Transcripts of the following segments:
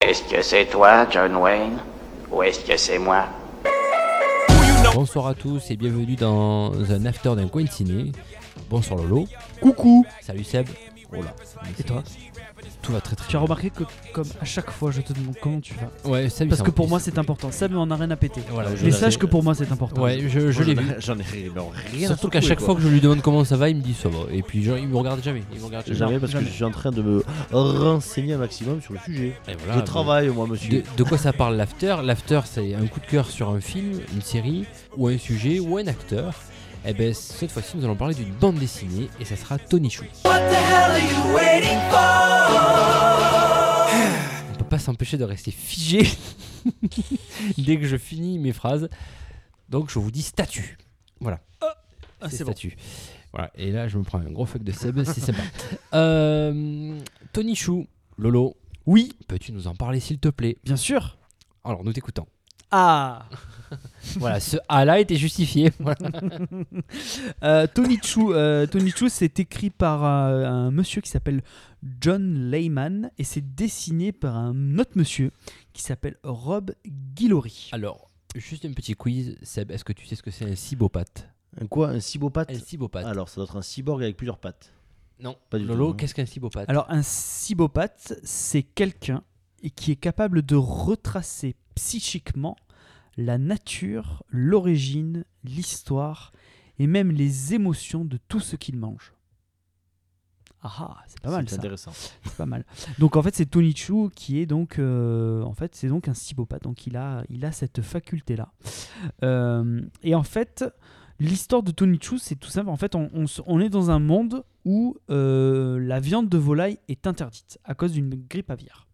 Est-ce que c'est toi, John Wayne Ou est-ce que c'est moi Bonsoir à tous et bienvenue dans un after d'un coin de ciné. Bonsoir Lolo. Coucou Salut Seb. Oh là. Et toi Tout va très très Tu as remarqué que comme à chaque fois je te demande comment tu vas. bien. Ouais, Seb, Parce il que s'en- pour moi c'est important. Ça mais on n'a rien à péter. Voilà, je Mais l'ai- sache que pour moi c'est important. Ouais, je, je l'ai J'en ai- vu. J'en ai vraiment rien. Surtout qu'à chaque fois que je lui demande comment ça va, il me dit ça va. Et puis genre, il me regarde jamais. Il me regarde que jamais. jamais parce jamais. que je suis en train de me renseigner un maximum sur le sujet. Et voilà, je mais- travaille moi monsieur. De, de quoi ça parle l'after L'after, c'est un coup de cœur sur un film, une série, ou un sujet, ou un acteur. Et ben cette fois-ci, nous allons parler d'une bande dessinée, et ça sera Tony Chou. On peut pas s'empêcher de rester figé dès que je finis mes phrases. Donc je vous dis statue. Ah, C'est c'est bon. statue. Voilà. Et là, je me prends un gros fuck de Seb, c'est sympa. Euh, Tony Chou, Lolo. Oui. Peux-tu nous en parler, s'il te plaît Bien sûr. Alors, nous t'écoutons. Ah Voilà, ce A là était justifié. Voilà. Euh, Tony Chu, euh, Tony Chu, c'est écrit par euh, un monsieur qui s'appelle John Layman et c'est dessiné par un autre monsieur qui s'appelle Rob Guillory. Alors, juste un petit quiz, Seb, est-ce que tu sais ce que c'est un cibopathe Un quoi Un cibopathe Un cibopathe. Alors ça doit être un cyborg avec plusieurs pattes. non, pas du Lolo, tout. qu'est-ce qu'un cibopathe Alors un cybopathe, c'est quelqu'un qui est capable de retracer psychiquement la nature, l'origine, l'histoire et même les émotions de tout ce qu'il mange. Ah ah, c'est pas mal C'est ça. intéressant. C'est pas mal. Donc en fait, c'est Tonichu qui est donc euh, en fait, c'est donc un cybopathe. Donc il a il a cette faculté là. et en fait, l'histoire de Tonichu, c'est tout simple. En fait, on, on se- on est dans un monde où euh, la viande de volaille est interdite à cause d'une grippe aviaire.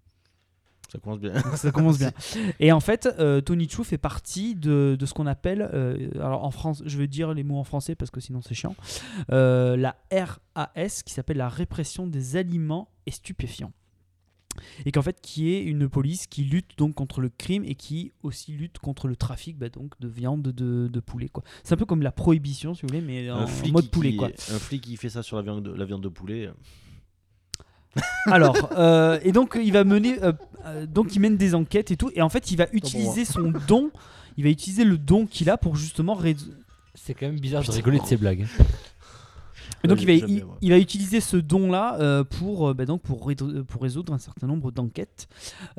Ça commence bien. Donc ça commence bien. Et en fait, euh, Tonichu fait partie de, de ce qu'on appelle, euh, alors en France, je vais dire les mots en français parce que sinon c'est chiant, euh, la RAS qui s'appelle la répression des aliments et stupéfiants. Et qu'en fait, qui est une police qui lutte donc contre le crime et qui aussi lutte contre le trafic bah, donc de viande de, de poulet. quoi. C'est un peu comme la prohibition, si vous voulez, mais en, en mode qui- poulet. qui- quoi. Un flic qui fait ça sur la viande de, la viande de poulet. Alors, euh, et donc il va mener, euh, euh, donc il mène des enquêtes et tout, et en fait il va utiliser son don, il va utiliser le don qu'il a pour justement résoudre. C'est quand même bizarre Ah, de rigoler de ces blagues. Donc Ouais, il va, j'aime bien, il, moi. il va utiliser ce don-là euh, pour, euh, bah, donc, pour, rédo- pour résoudre un certain nombre d'enquêtes.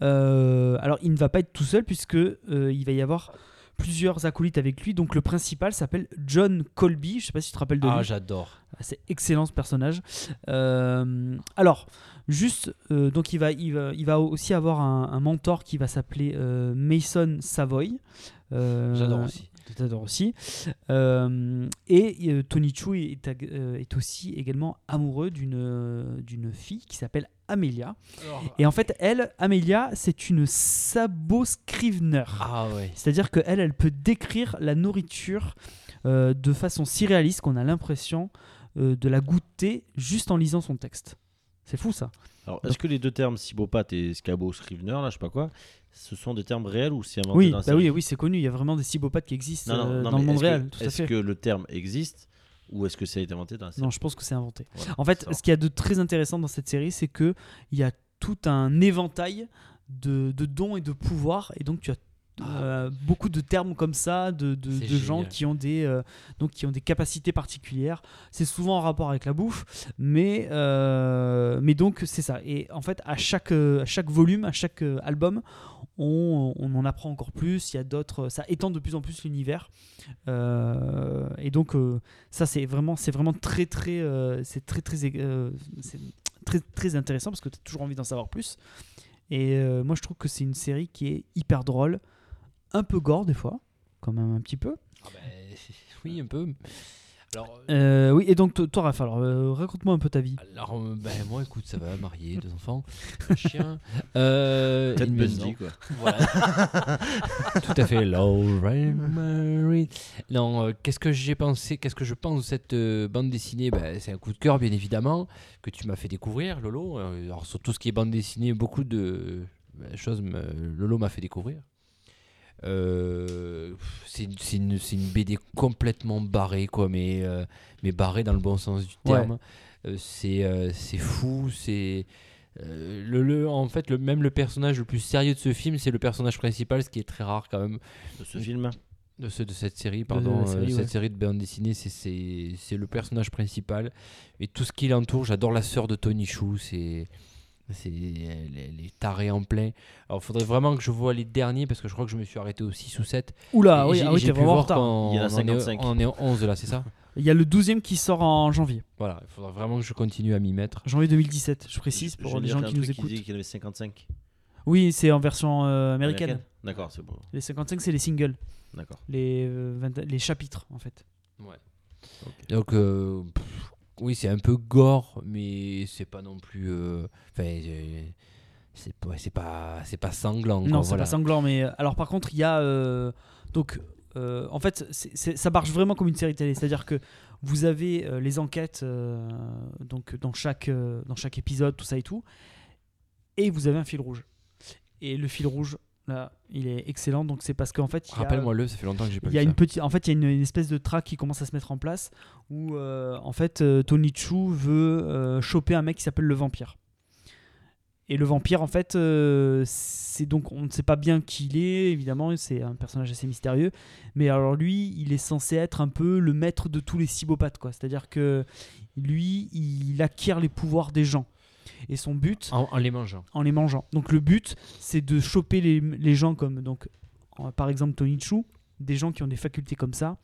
Euh, alors il ne va pas être tout seul puisque euh, il va y avoir plusieurs acolytes avec lui. Donc le principal s'appelle John Colby. Je sais pas si tu te rappelles de Ah, lui. j'adore. C'est excellent ce personnage. Euh, alors, juste, euh, donc il va, il, va, il va aussi avoir un, un mentor qui va s'appeler euh, Mason Savoy. Euh, J'adore aussi. J'adore aussi. Euh, et euh, Tony Chu est, ag- euh, est aussi également amoureux d'une euh, d'une fille qui s'appelle Amelia. Et en fait, elle, Amelia, c'est une saboscrivener. Ah ouais. C'est-à-dire qu'elle, elle peut décrire la nourriture euh, de façon si réaliste qu'on a l'impression euh, de la goûter juste en lisant son texte. C'est fou ça. Alors est-ce que les deux termes cibopathe et scabo scrivener là, je sais pas quoi, ce sont des termes réels ou c'est inventé Oui, dans la bah série oui, oui, c'est connu. Il y a vraiment des cybopathes qui existent Non, non, euh, non, dans le mais monde est-ce que- réel. tout à Est-ce fait. que le terme existe ou est-ce que ça a été inventé dans la série Non, je pense que c'est inventé. Voilà, En fait, savoir. ce qu'il y a de très intéressant dans cette série, c'est que il y a tout un éventail de, de dons et de pouvoirs, et donc tu as euh, beaucoup de termes comme ça, de, de- Ah. C'est de gens génial. qui ont des euh, donc qui ont des capacités particulières. C'est souvent en rapport avec la bouffe, mais euh, mais donc c'est ça. Et en fait, à chaque euh, à chaque volume, à chaque euh, album, on, on en apprend encore plus. Il y a d'autres, ça étend de plus en plus l'univers. Euh, et donc euh, ça c'est vraiment c'est vraiment très très euh, c'est très très euh, c'est très très intéressant parce que tu as toujours envie d'en savoir plus et euh, moi je trouve que c'est une série qui est hyper drôle un peu gore des fois quand même un petit peu Ah bah, oui, un peu. Alors, Euh, oui et donc to- toi Raph alors euh, raconte-moi un peu ta vie alors, euh, ben, moi, écoute, ça va, marié, deux enfants, un chien, euh, Ted une maison. Bundy quoi. Voilà. Tout à fait. Laurel Murray. Non, euh, qu'est-ce que j'ai pensé Qu'est-ce que je pense de cette euh, bande dessinée Ben, C'est un coup de cœur, bien évidemment, que tu m'as fait découvrir, Lolo. Euh, Alors, sur tout ce qui est bande dessinée, beaucoup de euh, choses, me- Lolo m'a fait découvrir. Euh, pff, c'est une- c'est une, c'est une BD complètement barrée, quoi, mais, euh, mais barrée dans le bon sens du Ouais. terme. Euh, c'est euh, c'est fou, c'est Euh, le, le- en fait, le, même le personnage le plus sérieux de ce film, c'est le personnage principal, ce qui est très rare quand même de ce film. de, ce- de cette série. Pardon, la euh, série, ouais. cette série de bande dessinée, c'est- c'est c'est le personnage principal et tout ce qui l'entoure. J'adore la sœur de Tony Chou, c'est c'est euh, les, les tarés en plein. Alors, faudrait vraiment que je vois les derniers parce que je crois que je me suis arrêté au 6 ou 7. Oula, Et oui, j'ai- ah oui, j'ai t'es pu vraiment en voir retard. quand Il y en a on en est- 55. On en est, 11 là, c'est ça Il y a le 12e qui sort en janvier. Voilà, il faudra vraiment que je continue à m'y mettre. Janvier 2017, je précise Précis pour les gens qui nous écoutent. Il disait qu'il avait 55. Oui, c'est en version euh, américaine. D'accord, c'est bon. Les 55, c'est les singles, D'accord. les, euh, 20 les chapitres en fait. Donc, euh, pff, oui, c'est un peu gore, mais c'est pas non plus. euh, Enfin, euh, c'est pas, c'est pas, c'est pas sanglant. non, quoi, c'est voilà. pas sanglant, mais euh, alors par contre, il y a euh, donc euh, en fait, c'est- c'est- ça marche vraiment comme une série télé, c'est-à-dire que vous avez euh, les enquêtes euh, donc dans chaque euh, dans chaque épisode, tout ça et tout, et vous avez un fil rouge. Et le fil rouge là, il est excellent, donc c'est parce qu'en fait, il y a- Rappelle-moi le, ça fait longtemps que j'ai pas Il vu y a ça. une petite, en fait, il y a une, une espèce de traque qui commence à se mettre en place où, euh, en fait, euh, Tony Chu veut euh, choper un mec qui s'appelle le vampire. Et le vampire, en fait, euh, c'est donc on ne sait pas bien qui il est. Évidemment, c'est un personnage assez mystérieux. Mais alors lui, il est censé être un peu le maître de tous les cybopathes, quoi. C'est-à-dire que lui, il acquiert les pouvoirs des gens. Et son but, En, en les mangeant. en les mangeant. Donc le but, c'est de choper les, les gens comme donc en- par exemple Tony Chu, des gens qui ont des facultés comme ça,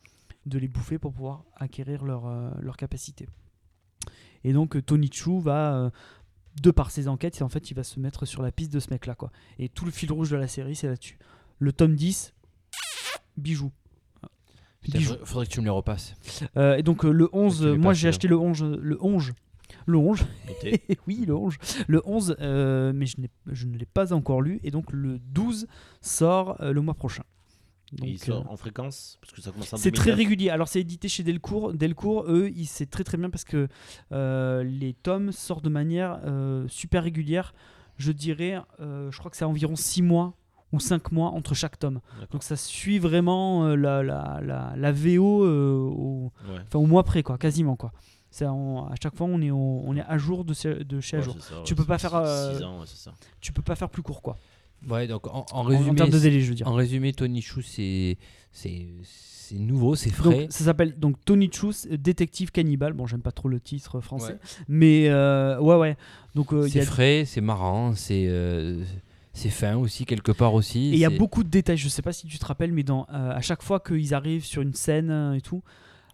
de les bouffer pour pouvoir acquérir leur, euh, leur capacité. Et donc euh, Tony Chu va euh, de par ses enquêtes, en fait, il va se mettre sur la piste de ce mec-là quoi. Et tout le fil rouge de la série, c'est là-dessus. Le tome 10 bijoux. Putain, Bijou. faudrait, faudrait que tu me les repasses. Euh, et donc euh, le 11, Tu les euh, moi passes, là. j'ai acheté le 11 euh, le 11 le 11 Noté. oui, le 11. Le 11, euh, mais je, n'ai- je ne l'ai pas encore lu. Et donc le 12 sort euh, le mois prochain. Et il Donc, sort euh, en fréquence parce que ça commence en c'est très 2009. régulier. Alors c'est édité chez Delcourt. Delcourt, eux, ils- c'est très très bien parce que euh, les tomes sortent de manière euh, super régulière. Je dirais, euh, je crois que c'est environ 6 mois ou 5 mois entre chaque tome. D'accord. Donc ça suit vraiment euh, la, la, la, la VO euh, au, Ouais. enfin, au mois près, quoi, quasiment. Quoi. Ça, on- à chaque fois, on est, au- on est à jour de, ce- de chez à Ouais, jour. c'est ça, Tu ouais, peux c'est pas faire, euh, 6 ans, ouais, c'est ça. tu peux pas faire plus court quoi. Ouais, donc en, en En, en résumé, termes de c'est- délai, je veux dire. en résumé, Tony Chou, c'est c'est c'est nouveau, c'est frais. Donc, ça s'appelle donc Tony Chus, euh, détective cannibale. Bon, j'aime pas trop le titre euh, français, Ouais. mais euh, ouais, ouais. Donc euh, il y c'est a- frais, c'est marrant, c'est euh, c'est fin aussi quelque part aussi. et il y a c'est- beaucoup de détails. Je sais pas si tu te rappelles, mais dans euh, à chaque fois qu'ils arrivent sur une scène euh, et tout,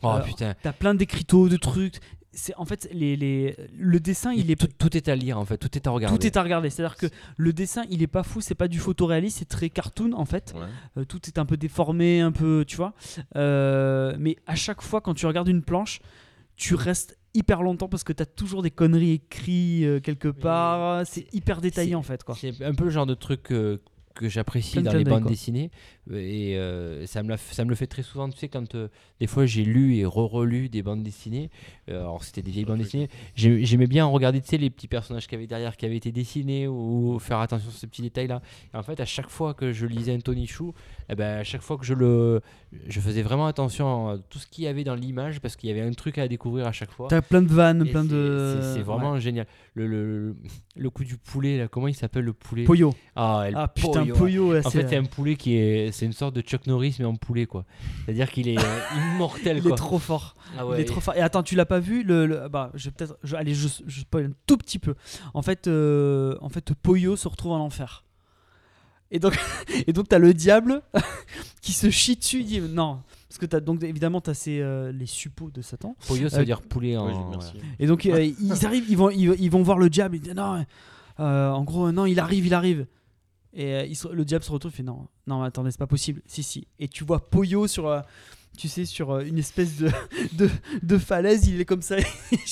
Oh Alors, putain, t'as plein d'écriteaux, de trucs. C'est en fait les, les- le dessin, il est tout, tout est à lire en fait, tout est à regarder. tout est à regarder. C'est-à-dire que le dessin, il est pas fou, c'est pas du photoréaliste, c'est très cartoon en fait. Ouais. Euh, tout est un peu déformé, un peu, tu vois. Euh, mais à chaque fois, quand tu regardes une planche, tu restes hyper longtemps parce que tu as toujours des conneries écrites euh, quelque part. C'est hyper détaillé c'est- en fait, quoi. C'est un peu le genre de truc euh, que j'apprécie Plein de dans clins les d'œil, bandes quoi. dessinées. Et euh, ça, me l'a- ça me le fait très souvent, tu sais, quand euh, des fois j'ai lu et re-relu des bandes dessinées. Euh, alors c'était des vieilles bandes dessinées. J'ai- J'aimais bien regarder, tu sais, les petits personnages qu'il y avait derrière qui avaient été dessinés ou faire attention à ces petits détails-là. Et En fait, à chaque fois que je lisais un Tony Chou, eh ben, à chaque fois que je le. Je faisais vraiment attention à tout ce qu'il y avait dans l'image parce qu'il y avait un truc à découvrir à chaque fois. T'as plein de vannes, Et plein c'est- de. c'est- C'est vraiment génial. Le, le, le coup du poulet, là, comment il s'appelle le poulet Ouais. Poyo. Ah, El Ah putain, Pollo. Poyo. là, En c'est- fait, c'est un poulet qui est. C'est une sorte de Chuck Norris, mais en poulet, quoi. C'est-à-dire qu'il est euh, immortel, il quoi. est trop fort. Ah il est trop fort. Et attends, tu l'as pas vu le, le- bah, je vais peut-être. je- allez, je, je spoil un tout petit peu. En fait, euh, en fait, Poyo se retrouve en enfer. Et donc, et donc, t'as le diable qui se chie dessus. il dit, non, parce que t'as donc évidemment t'as ces euh, les suppôts de Satan. Pollo, ça Euh, veut dire poulet en. Ouais, j'ai- merci. Et donc euh, ils arrivent, ils vont, ils, vont- ils vont voir le diable. Ils disent non, euh, en gros non, il arrive, il arrive. Et euh, il se- le diable se retrouve, il fait non, non, mais attendez, c'est pas possible. Si, si. Et tu vois Poyo sur, euh, tu sais, sur euh, une espèce de, de, de falaise, il est comme ça, je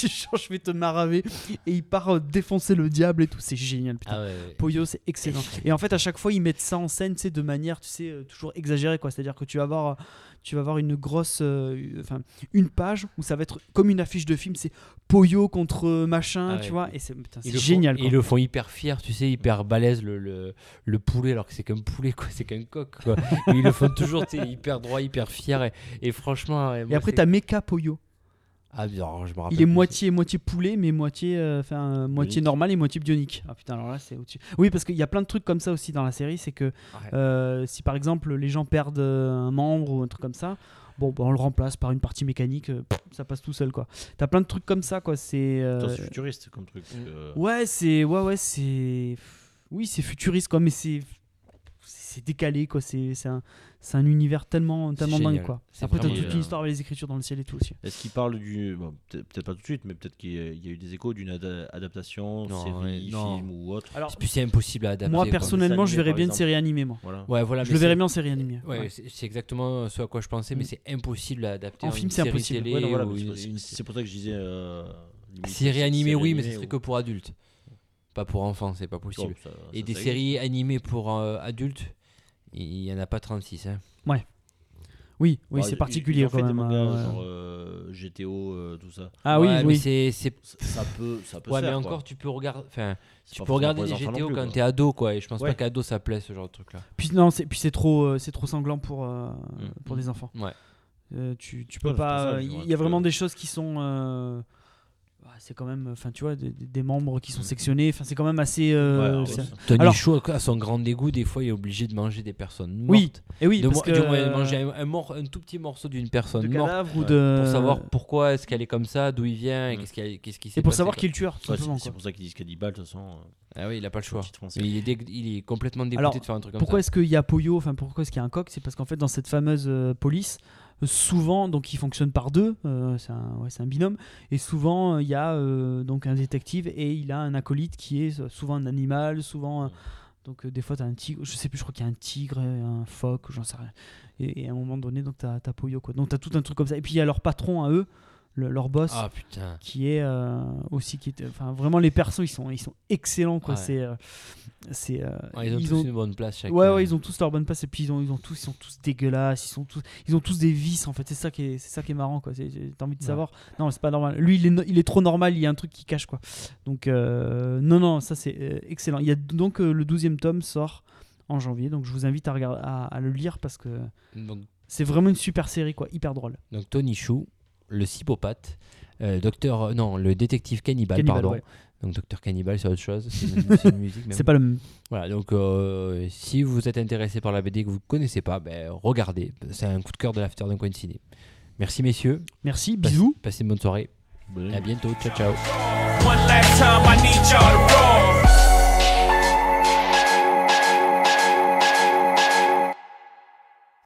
je vais te maraver. Et il part euh, défoncer le diable et tout, c'est génial. Putain. Ah ouais, ouais. Poyo, c'est excellent. Et en fait, à chaque fois, ils mettent ça en scène, tu sais, de manière, tu sais, euh, toujours exagérée, quoi. C'est-à-dire que tu vas avoir, tu vas avoir une grosse, euh, enfin, une page où ça va être comme une affiche de film, c'est Poyo contre euh, machin, Ah tu ouais. vois. Et c'est putain, Ils c'est le font- génial. quoi. Ils le font hyper fier, tu sais, hyper balèze le, le, le poulet, alors que c'est qu'un poulet, quoi, c'est qu'un coq, quoi. Mais ils le font toujours, tu sais, hyper droit, hyper fier. Et, et franchement. Et après, t'as Mecha Poyo. Ah, alors, je me rappelle Il est plus. moitié, moitié poulet, mais moitié, euh, enfin, euh, moitié Bionique. normal et moitié bionique. Ah putain, alors là, c'est au-dessus. Oui, parce qu'il y a plein de trucs comme ça aussi dans la série. C'est que Ouais. euh, si par exemple les gens perdent euh, un membre ou un truc comme ça, bon, bah, on le remplace par une partie mécanique, euh, pff, ça passe tout seul quoi. T'as plein de trucs comme ça quoi. C'est. euh, Putain, C'est futuriste comme truc. euh, parce que- Ouais, c'est. Ouais, ouais, c'est. Oui, c'est futuriste quoi, mais c'est. C'est décalé quoi. C'est c'est un, c'est un univers tellement, tellement dingue génial. quoi. C'est Après, t'as vraiment, toute euh, une histoire avec les écritures dans le ciel et tout aussi. Est-ce qu'il parle du. bon, peut-être peut-être pas tout de suite, mais peut-être qu'il y a- il y a eu des échos d'une ada- adaptation, Non, série, ouais, non. film ou autre. Alors, C'est plus c'est impossible à adapter. moi quoi. personnellement, je animés, verrais par bien une exemple. série animée moi. Voilà. Ouais, voilà, Je Ah, mais le c'est- verrais bien en série animée. Ouais, c'est c'est exactement ce à quoi je pensais, mais Mm. c'est impossible à adapter. En En film, une c'est série impossible. télé Ouais, non, voilà, ou c'est une- pour- c'est- une C'est pour ça que je disais. euh, limite, Série animée, oui, mais ce animée serait ou- que pour adultes. Pas pour enfants, c'est pas possible. Oh, ça- Et ça, des ça séries animées pour euh, adultes, il y en a pas 36. Hein. Oui, oui, Bah, c'est ils- particulier ils ont fait quand des même. mangas, euh, genre euh, GTO, euh, tout ça. Ah Ouais, oui, mais oui. c'est- c'est- Ça, ça peut, ça peut Ouais, se mais faire, encore, quoi. tu peux regarder. Enfin, C'est tu pas peux forcément regarder pour les les enfants non GTO plus, quand quoi. t'es ado, quoi. Et je pense pas Ouais. qu'ado ça plaît ce genre de truc-là. Puis non, c'est puis c'est trop, euh, c'est trop sanglant pour euh, pour des enfants. Ouais. Euh, tu, tu peux Mm. Ouais, c'est pour ça, pas. ils Il ont un y a truc, vraiment euh, des choses qui sont. euh, bah, c'est quand même, enfin tu vois, des, des- des membres qui sont sectionnés. Enfin, c'est quand même assez. Mm. Ouais, euh, alors, c'est- ça- Tony Alors- Shaw, à son grand dégoût, des fois, il est obligé de manger des personnes Oui, mortes. Et Eh oui, de parce mo- que du moins, de manger un, un mor- un tout petit morceau d'une de personne morte cadavre ou Ouais. de. pour savoir pourquoi est-ce qu'elle est comme ça, d'où il vient et Mm. qu'est-ce qu'il y a- qu'est-ce qui s'est Et pour passé, savoir quoi. qui est le tueur, tout Ouais, simplement, c'est c'est quoi. pour ça qu'ils disent Cannibal, de toute façon. euh, Ah oui, il a pas le choix. titre français. Mais il, est dég- il est complètement dégoûté Alors, de faire un truc comme Pourquoi ça. est-ce qu'il y a Poyo Enfin, pourquoi est-ce qu'il y a un coq C'est parce qu'en fait, dans cette fameuse euh, police, euh, souvent, donc ils fonctionnent par deux, euh, c'est un, ouais, c'est un binôme, et souvent euh, il y a euh, donc un détective et il a un acolyte qui est euh, souvent un animal, souvent. euh, Mm. donc euh, des fois t'as un tigre, je sais plus, je crois qu'il y a un tigre, et un phoque, j'en sais rien. Et, et à un moment donné, donc t'as as Poyo quoi. Donc t'as tout un truc comme ça. Et puis il y a leur patron à eux, le- leur boss, Ah putain. qui est euh, aussi qui est, enfin vraiment les persos ils sont ils sont excellents quoi. Ah Ouais. C'est euh, c'est euh, Ouais, Ah, ils ont tous une bonne place euh, chacun. Ouais, ouais, ils ont tous leur bonne place et puis ils ont, ils ont tous, ils sont tous dégueulasses, ils sont tous, ils ont tous des vices en fait. C'est ça qui est, c'est ça qui est marrant quoi. C'est- c'est- T'as envie de Ouais. savoir. Non, c'est pas normal. Lui, il est, no- il est trop normal. Il y a un truc qui cache quoi. Donc euh, non, non, ça c'est euh, excellent. Il y a donc euh, le 12 e tome sort en janvier, donc je vous invite à regarder, à, à le lire parce que Donc, c'est vraiment une super série quoi, hyper drôle. donc Tony Chou, le cypopathe, euh, docteur, euh, non, le détective cannibale, Cannibal, pardon. ouais. Donc docteur cannibale, c'est autre chose. C'est une, c'est une musique. Même. C'est pas le même. Voilà. Donc, euh, si vous êtes intéressé par la BD et que vous connaissez pas, ben, regardez. C'est un coup de cœur de l'after d'un coin de ciné. Merci messieurs. Merci, bisous. Passez une bonne soirée. Bonne Et à bientôt. Ciao ciao. One last time, I need y'all to roll.